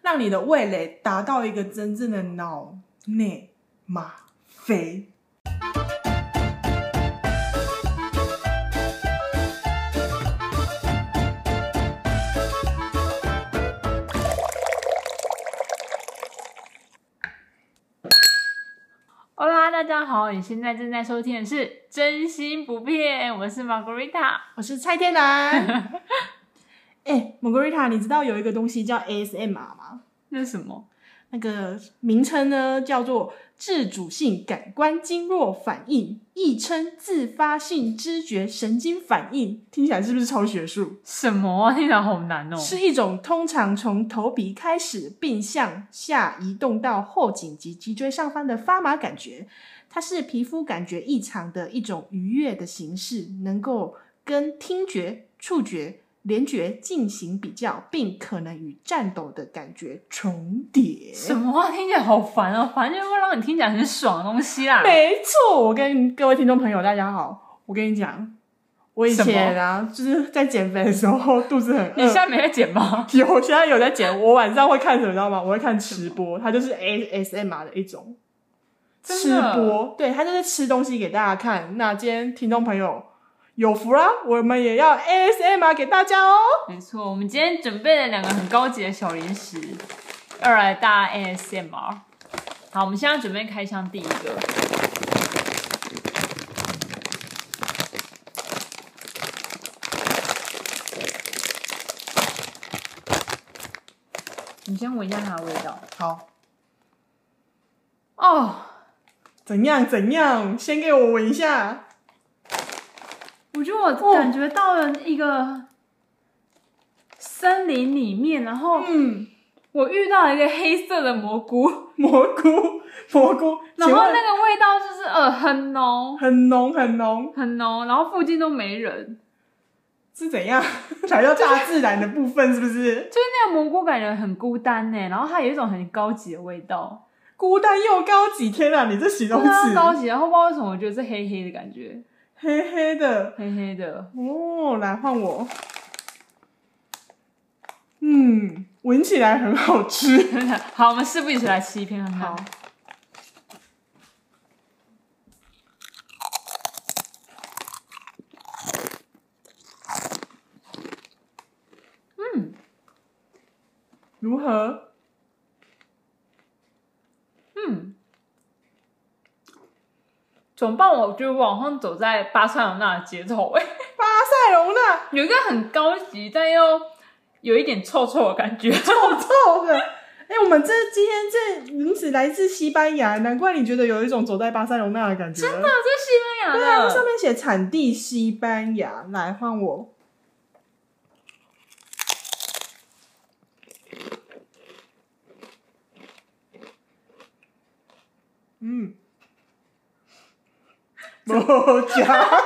让你的味蕾达到一个真正的脑内吗啡。 Hola，大家好，你现在正在收听的是《真心不骗》，我是 Margarita。我是蔡天南。哎、m a r g a r i t a 你知道有一个东西叫 ASMR 吗？那是什么？那个名称呢叫做自主性感官经络反应，亦称自发性知觉神经反应。听起来是不是超学术？什么啊？听起来好难哦。是一种通常从头皮开始，并向下移动到后颈及脊椎上方的发麻感觉。它是皮肤感觉异常的一种愉悦的形式，能够跟听觉、触觉、联觉进行比较，并可能与颤抖的感觉重叠。什么啊？听起来好烦哦。反正就是会让你听起来很爽的东西啊啦。没错，我跟各位听众朋友大家好，我跟你讲，我以什么前啊，就是在减肥的时候肚子很饿，你现在没在剪吗？有，我现在有在剪。我晚上会看什么，你知道吗？我会看吃播，它就是 ASMR 的一种。真吃的播，对，它就是吃东西给大家看。那今天听众朋友有福啦，我们也要 ASMR 给大家哦。没错，我们今天准备了两个很高级的小零食，二来大 ASMR。好，我们现在准备开箱第一个。你先闻一下它的味道好，哦，怎样怎样？先给我闻一下。我觉得我感觉到了一个森林里面，然后嗯，我遇到了一个黑色的蘑菇，蘑菇，蘑菇，然请后问那个味道就是呃很浓，很浓很浓很浓，然后附近都没人，是怎样？来到大自然的部分是不 是？就是那个蘑菇感觉很孤单呢，然后它有一种很高级的味道，孤单又高级，天啊，你这形容它高词，级，然后不知道为什么我觉得是黑黑的感觉，黑黑的。黑黑的， 哦，来换我。嗯，闻起来很好吃。好，我们事不宜迟，来吃一片看 看。好，嗯如何？嗯，总棒，我觉得我好像走在巴塞罗那的街头，哎， 巴塞隆纳有一个很高级但又有一点臭臭的感觉， 好臭的。哎、我们这今天这名字来自西班牙，难怪你觉得有一种走在巴塞隆纳的感觉。真的，这是西班对牙啊，的，上面写产地西班牙。来换我。 嗯，我家。可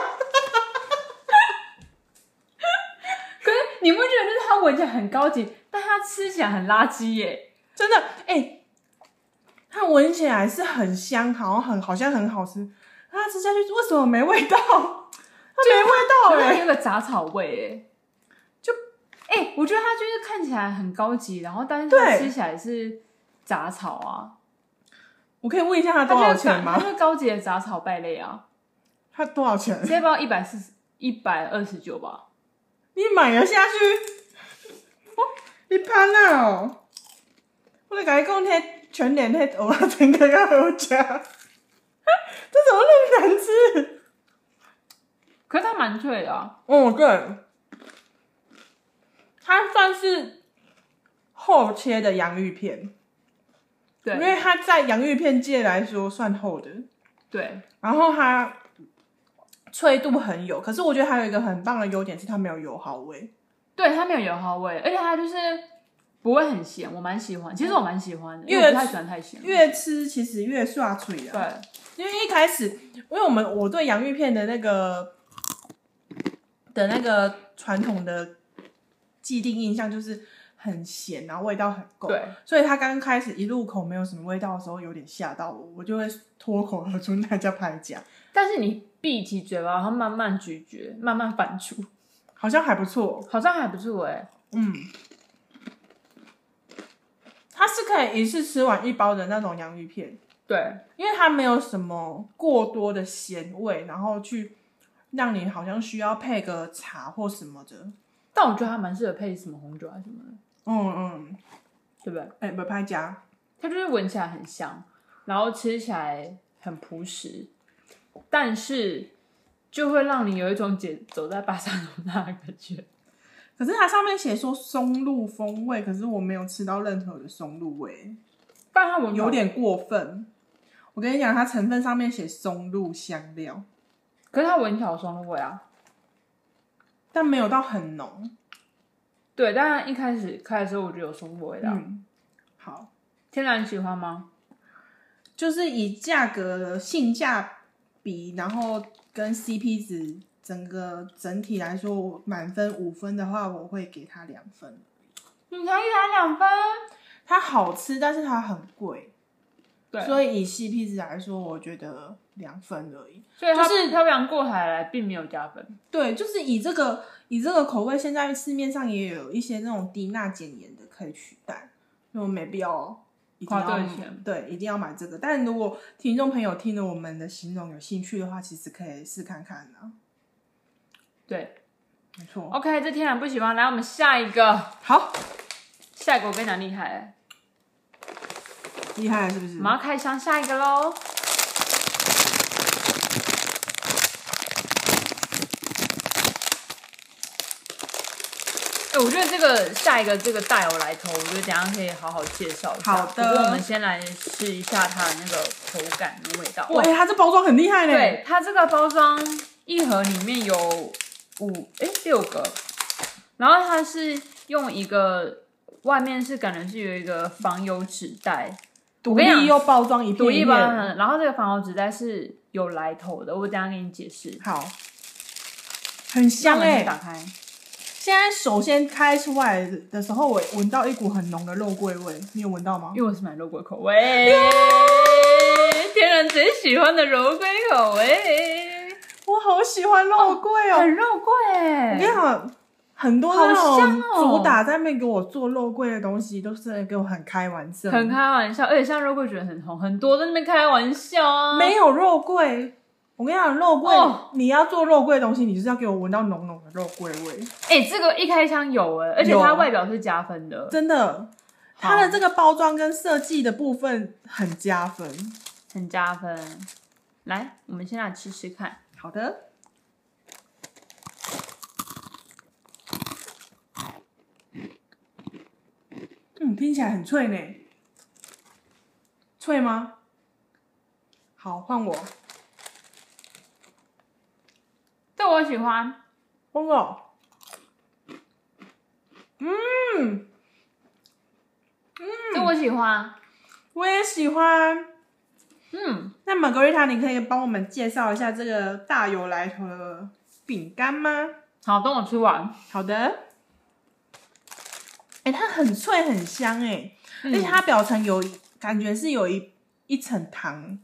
是你不觉得就是它闻起来很高级，但它吃起来很垃圾耶？ 真的，哎、它闻起来是很香，好像很好像很好吃，它吃下去为什么没味道？它没味道哎、它有一个杂草味耶，就哎、我觉得它就是看起来很高级，然后但是它对吃起来是杂草啊，我可以问一下它它多少就是钱杂它吗？就是高级的杂草败类啊，它多少钱这？包一百四十一百二十九吧，你买了下去，你潘哦！我来甲你讲，迄全脸迄蚵仔煎更加好 食，这怎么那么难吃？可是它蛮脆的、啊，哦，对，它算是厚切的洋芋片。因对为它在洋芋片界来说算厚的，对，然后它脆度很有，可是我觉得还有一个很棒的优点是它没有油耗味。对，它没有油耗味，而且它就是不会很咸，我蛮喜欢，其实我蛮喜欢的，因为越我不太喜欢太咸，越吃其实越刷嘴啊，对。因为一开始，因为我们我对洋芋片的那个的那个传统的既定印象就是很咸，然后味道很够，对，所以它刚开始一入口没有什么味道的时候，有点吓到我，我就会脱口而出那叫拍夹，但是你闭起嘴巴，然后慢慢咀嚼，慢慢反刍，好像还不错，欸好像还不错哎、嗯，它能一次吃完一包的那种洋芋片，对，因为它没有什么过多的咸味，然后去让你好像需要配个茶或什么的。但我觉得它蛮适合配什么红酒啊什么的，嗯嗯，对不对？哎、不拍夹，它就是闻起来很香，然后吃起来很朴实，但是就会让你有一种姐走在巴塞罗那的感觉。可是它上面写说松露风味，可是我没有吃到任何的松露味，不然它闻有，点过分。我跟你讲，它成分上面写松露香料，可是它闻起来有松露味啊。但没有到很浓。对，但一开始开的时候我觉得有松露味道。嗯，好，天然喜欢吗？就是以价格性价比，然后跟 CP 值整个整体来说，我满分五分的话，我会给它两分。你才给嗯它两分，它好吃，但是它很贵，对，所以所以以 CP 值来说，我觉得两分而已。所以它就是漂洋过海来，并没有加分。对，就是以这个以这个口味，现在市面上也有一些那种低钠减盐的可以取代，就没必要一定花要这个钱对一定要买这个。但如果听众朋友听了我们的形容有兴趣的话，其实可以试看看啊。对没错， ，OK，这天然不喜欢。来，我们下一个，好下一个我跟你讲厉害了，厉害是不是我？们要开箱下一个喽。哎，我觉得这个下一个这个带我来投，我觉得等一下可以好好介绍一下。好的不过我们先来试一下它的那个口感跟味道。哇，哎、它这包装很厉害呢。对，它这个包装一盒里面有五哎六个，然后它是用一个外面是感觉是有一个防油纸袋，独跟你讲立又包装一片独一立片。包装的，然后这个防油纸袋是有来头的，我等一下给你解释。好，很香那我们哎、先打开，现在首先开出来的时候，我闻到一股很浓的肉桂味，你有闻到吗？因为我是买肉桂口味，天然最喜欢的肉桂口味，我好喜欢肉桂哦、很肉我桂、跟你讲，很多那好香种哦主打在那边给我做肉桂的东西，都是给我很开玩笑，很开玩笑，而且像肉桂卷很红，很多在那边开玩笑啊，没有肉桂。我跟你讲，肉桂、哦你要做肉桂的东西，你就是要给我闻到浓浓的肉桂味，哎、这个一开箱有哎、而且有它外表是加分的，真的。好它的这个包装跟设计的部分很加分。很加分。来，我们先来吃吃看，好的，嗯，听起来很脆呢，脆吗？好，换我，这我喜欢，换我。嗯，这我喜欢，我也喜欢。嗯，那玛格丽塔，你可以帮我们介绍一下这个大有来头的饼干吗？好，等我吃完。好的。哎、它很脆很香哎、嗯而且它表层有一感觉是有一一层糖，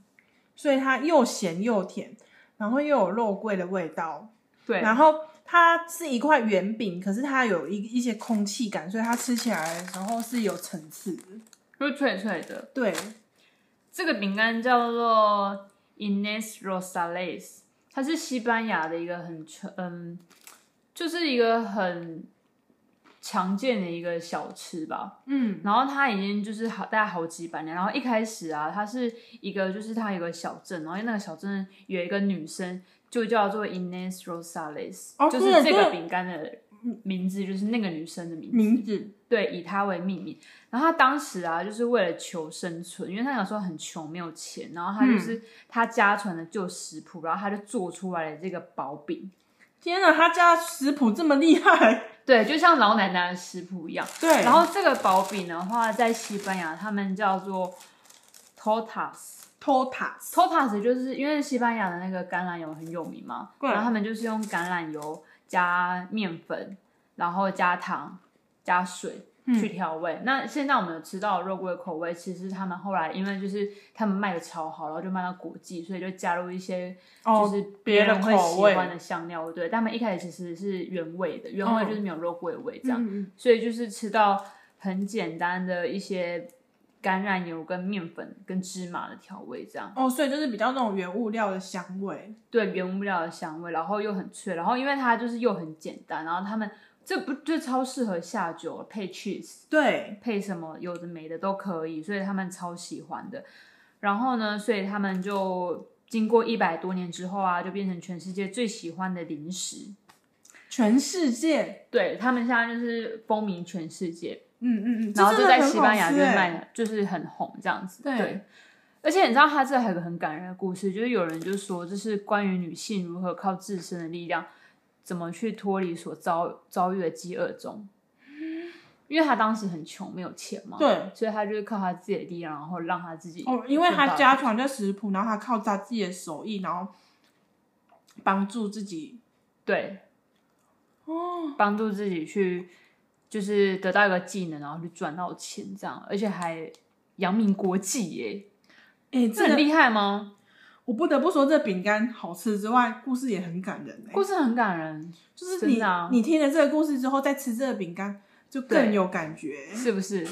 所以它又咸又甜，然后又有肉桂的味道，对，然后它是一块圆饼，可是它有一一些空气感，所以它吃起来的时候是有层次的。就是脆脆的。对，这个饼干叫做 Ines Rosales，它是西班牙的一个很传嗯，就是一个很常见的一个小吃吧。嗯，然后它已经就是好大概好几百年。然后一开始啊，它是一个就是它有个小镇，然后那个小镇有一个女生就叫做 Ines Rosales，、哦就是对这对个饼干的名字就是那个女生的名字。名字对，以她为命名。然后她当时啊，就是为了求生存，因为她那时候很穷，没有钱，然后她就是、嗯她家传的旧食谱，然后她就做出来了这个薄饼。天哪，他家食谱这么厉害，对，就像老奶奶的食谱一样，对，然后这个薄饼的话，在西班牙他们叫做 tortas。偷塔 tortas 就是因为西班牙的那个橄榄油很有名嘛，对然后他们就是用橄榄油加面粉，然后加糖、加水嗯去调味。那现在我们有吃到的肉桂口味，其实他们后来因为就是他们卖的超好，然后就卖到国际，所以就加入一些哦就是别的人会口喜味欢的香料。对，但他们一开始其实是原味的，原味嗯就是没有肉桂味这样。嗯，所以就是吃到很简单的一些橄榄油、跟面粉、跟芝麻的调味，这样哦，所以就是比较那种原物料的香味，对原物料的香味，然后又很脆，然后因为它就是又很简单，然后他们这不就超适合下酒配 cheese，对，配什么有的没的都可以，所以他们超喜欢的。然后呢，所以他们就经过一百多年之后啊，就变成全世界最喜欢的零食。全世界，对他们现在就是风靡全世界，嗯嗯嗯，然后这就真的在很西班牙好就吃是欸卖，就是很红这样子。对而且你知道，它这还有个很感人的故事，就是有人就说，这是关于女性如何靠自身的力量，怎么去脱离所遭遭遇的饥饿中。因为她当时很穷，没有钱嘛，对，所以她就是靠她自己的力量，然后让她自己哦，因为挣他到家传这食谱，然后他靠他自己的手艺，然后帮助自己，对哦，帮助自己去，就是得到一个技能，然后去赚到钱，这样，而且还扬名国际耶，哎，这这很个厉害吗？我不得不说，这饼干好吃之外，故事也很感人哎、故事很感人，就是你、真的啊你听了这个故事之后，再吃这个饼干就更对有感觉，是不是？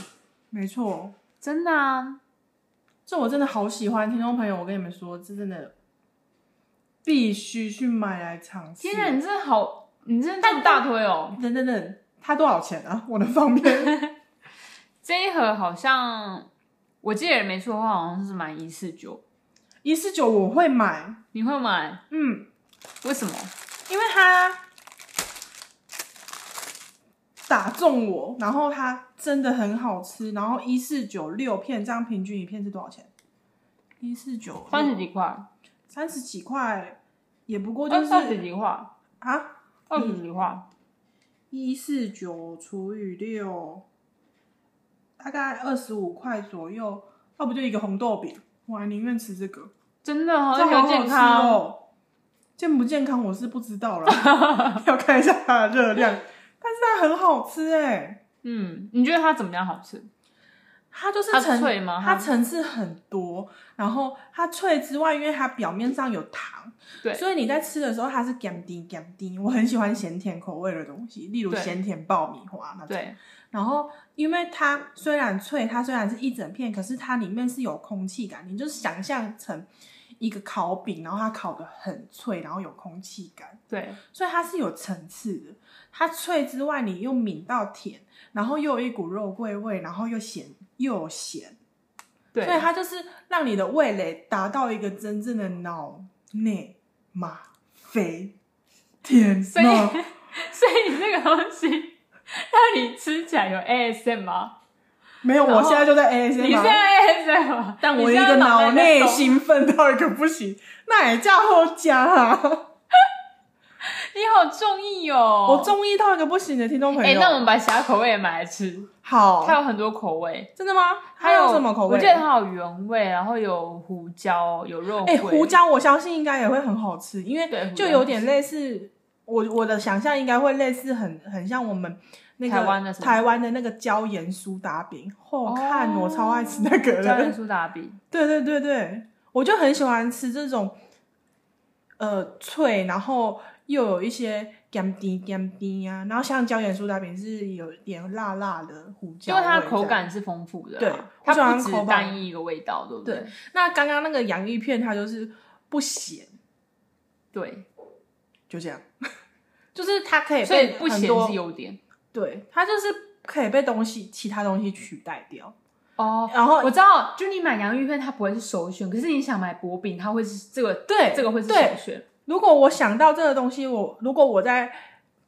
没错，真的啊，这我真的好喜欢，听众朋友，我跟你们说，这真的必须去买来尝试。天啊哪，你真的好，你真的这么大推哦！等等等，它多少钱啊？我 能方便？这一盒好像我记得没错的话，好像是买一四九，一四九我会买，你会买？嗯，为什么？因为他打中我，然后它真的很好吃，然后一四九六片，这样平均一片是多少钱？一四九三十几块，三十几块，也不过就二是二十几块，啊，二十几块，一四九除以六，大概二十五块左右，要不就一个红豆饼，我还宁愿吃这个，真的好这好像好健吃康。哦。健不健康我是不知道 啦，要看一下它的热量，但是它很好吃哎、嗯，你觉得它怎么样好吃？它就是它层脆吗它它层次很多，然后它脆之外，因为它表面上有糖，对所以你在吃的时候它是甘甜甘甜。我很喜欢咸甜口味的东西，例如对咸甜爆米花那种。对，然后，因为它虽然脆，它虽然是一整片，可是它里面是有空气感，你就是想象成一个烤饼，然后它烤的很脆，然后有空气感。对，所以它是有层次的。它脆之外，你又抿到甜，然后又有一股肉桂味，然后又咸又有咸，对，所以它就是让你的味蕾达到一个真正的脑内吗啡。天 所以哪！所以你这个东西，那你吃起来有 ASM 吗？没有，然我后现在就在你是 ASMR， ASM 吗？但我一你现在个脑袋内在动，兴奋到一个不行，那也叫后加啊！哦你好中意哦！我。中意到一个不行的听众朋哎、友。那我们把其他口味也买来吃，好它，有很多口味，真的吗？还还有什么口味？我记得它有原味，然后有胡椒，哦有肉桂。哎、胡椒我相信应该也会很好吃，因对胡为椒就有点类似我我的想象应该会类似很很像我们那个台湾的什么台湾的那个椒盐苏打饼，好、哦看我超爱吃那个椒盐的，苏打饼， 对对对对，我就很喜欢吃这种呃脆，然后又有一些甘甜甘甜啊，然后像椒盐苏打饼是有点辣辣的胡椒因味这为它样，的口感是丰富的啦，对我喜它欢不只口感单一一个味道，对不对？那刚刚那个洋芋片它就是不咸。对，就这样， 就是它可以所以被不咸很多是优点对，它就是可以被东西其他东西取代掉。哦。然后我知道，就你买洋芋片，它不会是首选，可是你想买薄饼，它会是这个，对这个会是对首选。如果我想到这个东西，我如果我在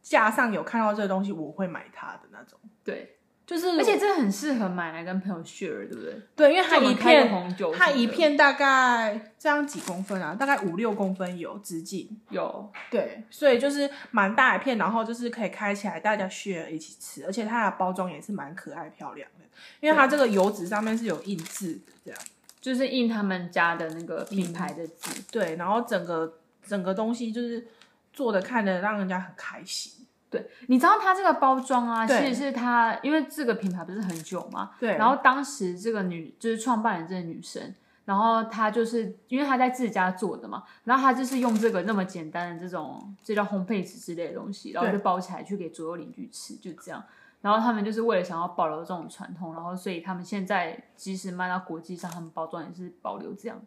架上有看到这个东西，我会买它的那种。对，就是而且这很适合买来跟朋友 share，对不对？对，因为就嗯它我们一开个片红酒什么的，它一片大概这样几公分啊，大概五六公分有直径。有，对，所以就是蛮大一片，然后就是可以开起来，大家 share 一起吃，而且它的包装也是蛮可爱漂亮的，因为它这个油脂上面是有印制的这样。就是印他们家的那个品牌的字。对，然后整个整个东西就是做的看的让人家很开心。对，你知道它这个包装啊，其对实是它，因为这个品牌不是很久嘛，对然后当时这个女就是创办人这个女生，然后她就是因为她在自己家做的嘛，然后她就是用这个那么简单的这种，这叫烘焙纸之类的东西，然后对就包起来去给左右邻居吃，就这样。然后他们就是为了想要保留这种传统，然后所以他们现在即使卖到国际上，他们包装也是保留这样。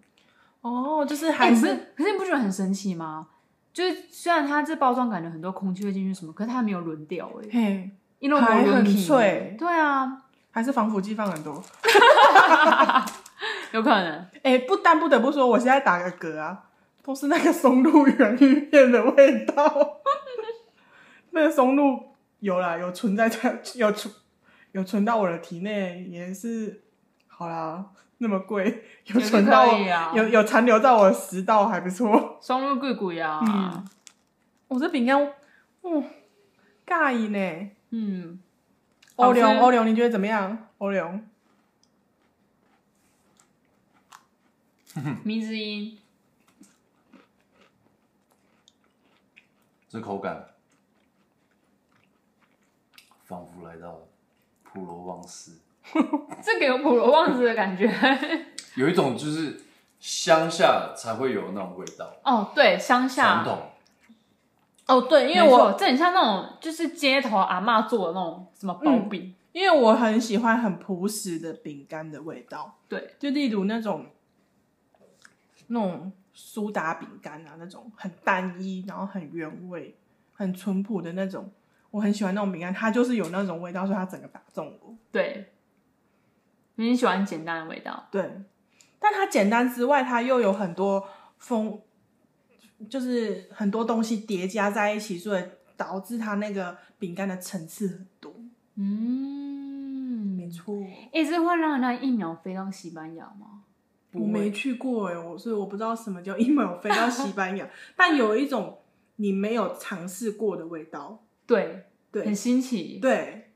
哦，就是哎，还可是、是可是你不觉得很神奇吗？就是虽然它这包装感觉很多空气会进去什么，可是它没有轮掉哎、嘿，因为还没有轮很起脆对啊，还是防腐剂放很多。有可能。哎、不但不得不说，我现在打个嗝啊，都是那个松露圆芋片的味道。 那个松露有啦，有存在在，有存有存到我的体内，也是好啦，那么贵，有也是存到可以啊有有残留在我的食道，还不错。松露贵贵啊，嗯 我这饼干，哦，尬意呢。哦嗯，欧好龙，吃欧龙，你觉得怎么样？欧龙，迷之音，这口感仿佛来到普罗旺斯，这给我普罗旺斯的感觉。有一种就是乡下才会有那种味道，哦，对，乡传下。统。哦，对，因为我这很像那种就是街头阿嬷做的那种什么薄饼，因为我很喜欢很朴实的饼干的味道，对，就例如那种那种苏打饼干啊，那种很单一，然后很原味、很淳朴的那种，我很喜欢那种饼干，它就是有那种味道，所以它整个打中我。对。你很喜欢简单的味道，对，但它简单之外，它又有很多风，就是很多东西叠加在一起，所以导致它那个饼干的层次很多。嗯，没错，哎、这会让人家一秒飞到西班牙吗？我没去过哎、我所以我不知道什么叫一秒飞到西班牙，但有一种你没有尝试过的味道，对，对很新奇，对。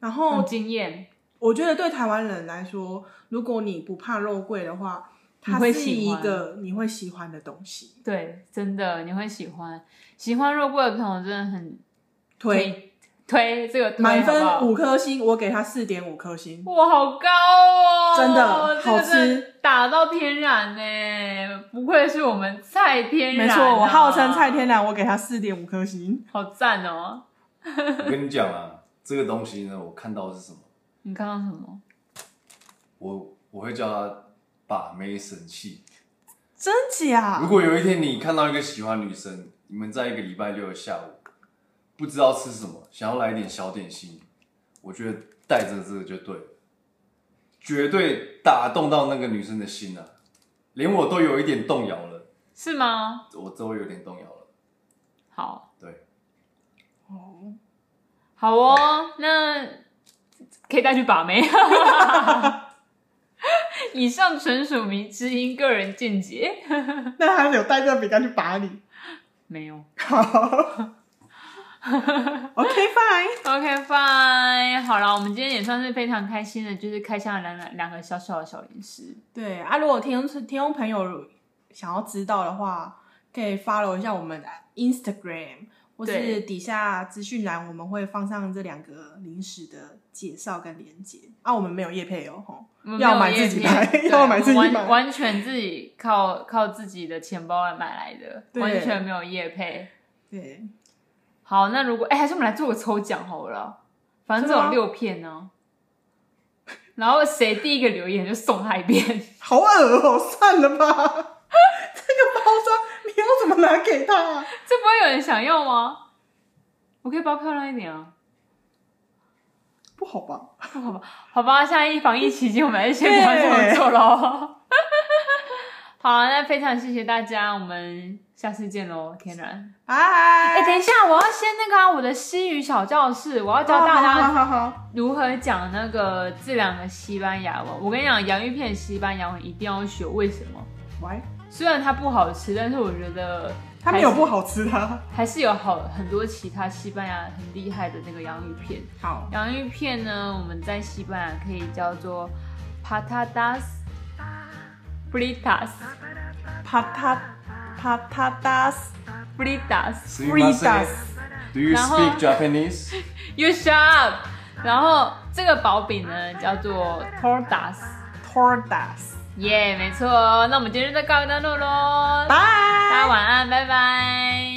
然很后惊艳。我觉得对台湾人来说，如果你不怕肉桂的话，它你会是喜一欢个你会喜欢的东西。对，真的你会喜欢，喜欢肉桂的朋友真的很推推这个推满好分不好五颗星，我给它四点五颗星。哇，好高哦！真的这个好吃真的打到天然呢，不愧是我们蔡天然、啊没错，我号称蔡，天然，我给它四点五颗星。好赞哦！我跟你讲啊，这个东西呢，我看到的是什么？你看到什么？我我会叫它把妹神器。真假 如？果有一天你看到一个喜欢女生，你们在一个礼拜六的下午，不知道吃什么，想要来一点小点心，我觉得带着这个就对了，绝对打动到那个女生的心啊！连我都有一点动摇了，是吗？我都有点动摇了。好，对，哦，好哦，那可以带去 把妹。以上纯属迷之音个人见解，那他有带这个饼干去拔你？没有。好 ，OK fine。 OK fine，好了，我们今天也算是非常开心的，就是开箱了两个两个小小的小零食。对啊，如果听众听众朋友想要知道的话，可以 follow 一下我们的 Instagram，或对是底下资讯栏我们会放上这两个零食的介绍跟连接。啊，我们没有叶配哦，吼我们要没有买叶自己配买对要买自己我们买完完全自己靠靠自己的钱包来买来的，对完全没有业配。对，好，那如果哎、还是我们来做个抽奖好了，反正这真的吗种六片呢、然后谁第一个留言就送他一遍。 好恶哦、 算了吧。这个包装你要怎么拿给他、啊？这不会有人想要吗？我可以包漂亮一点啊，不好吧？好吧，现在疫防疫期间，我们还是先不要这么做喽。 好，那非常谢谢大家，我们下次见喽，天然。哎、哎等一下，我要先那个、啊、我的西语小教室，我要教大好家啊好好好好，如何讲那个这两个西班牙文。我跟你讲，洋芋片西班牙文一定要学，为什么？喂，虽然它不好吃，但是我觉得它没有不好吃它。还是有好很多其他西班牙很厉害的那个洋芋片。好洋芋片呢，我们在西班牙可以叫做 patatas fritas ，pata patatas fritas。 Do you must say- fritas Do you 然后 speak Japanese？ You shut up。然后这个薄饼呢叫做 tortas。 tortas，耶、没错哦。那我们今天就到告一段落喽，拜大家晚安，拜拜。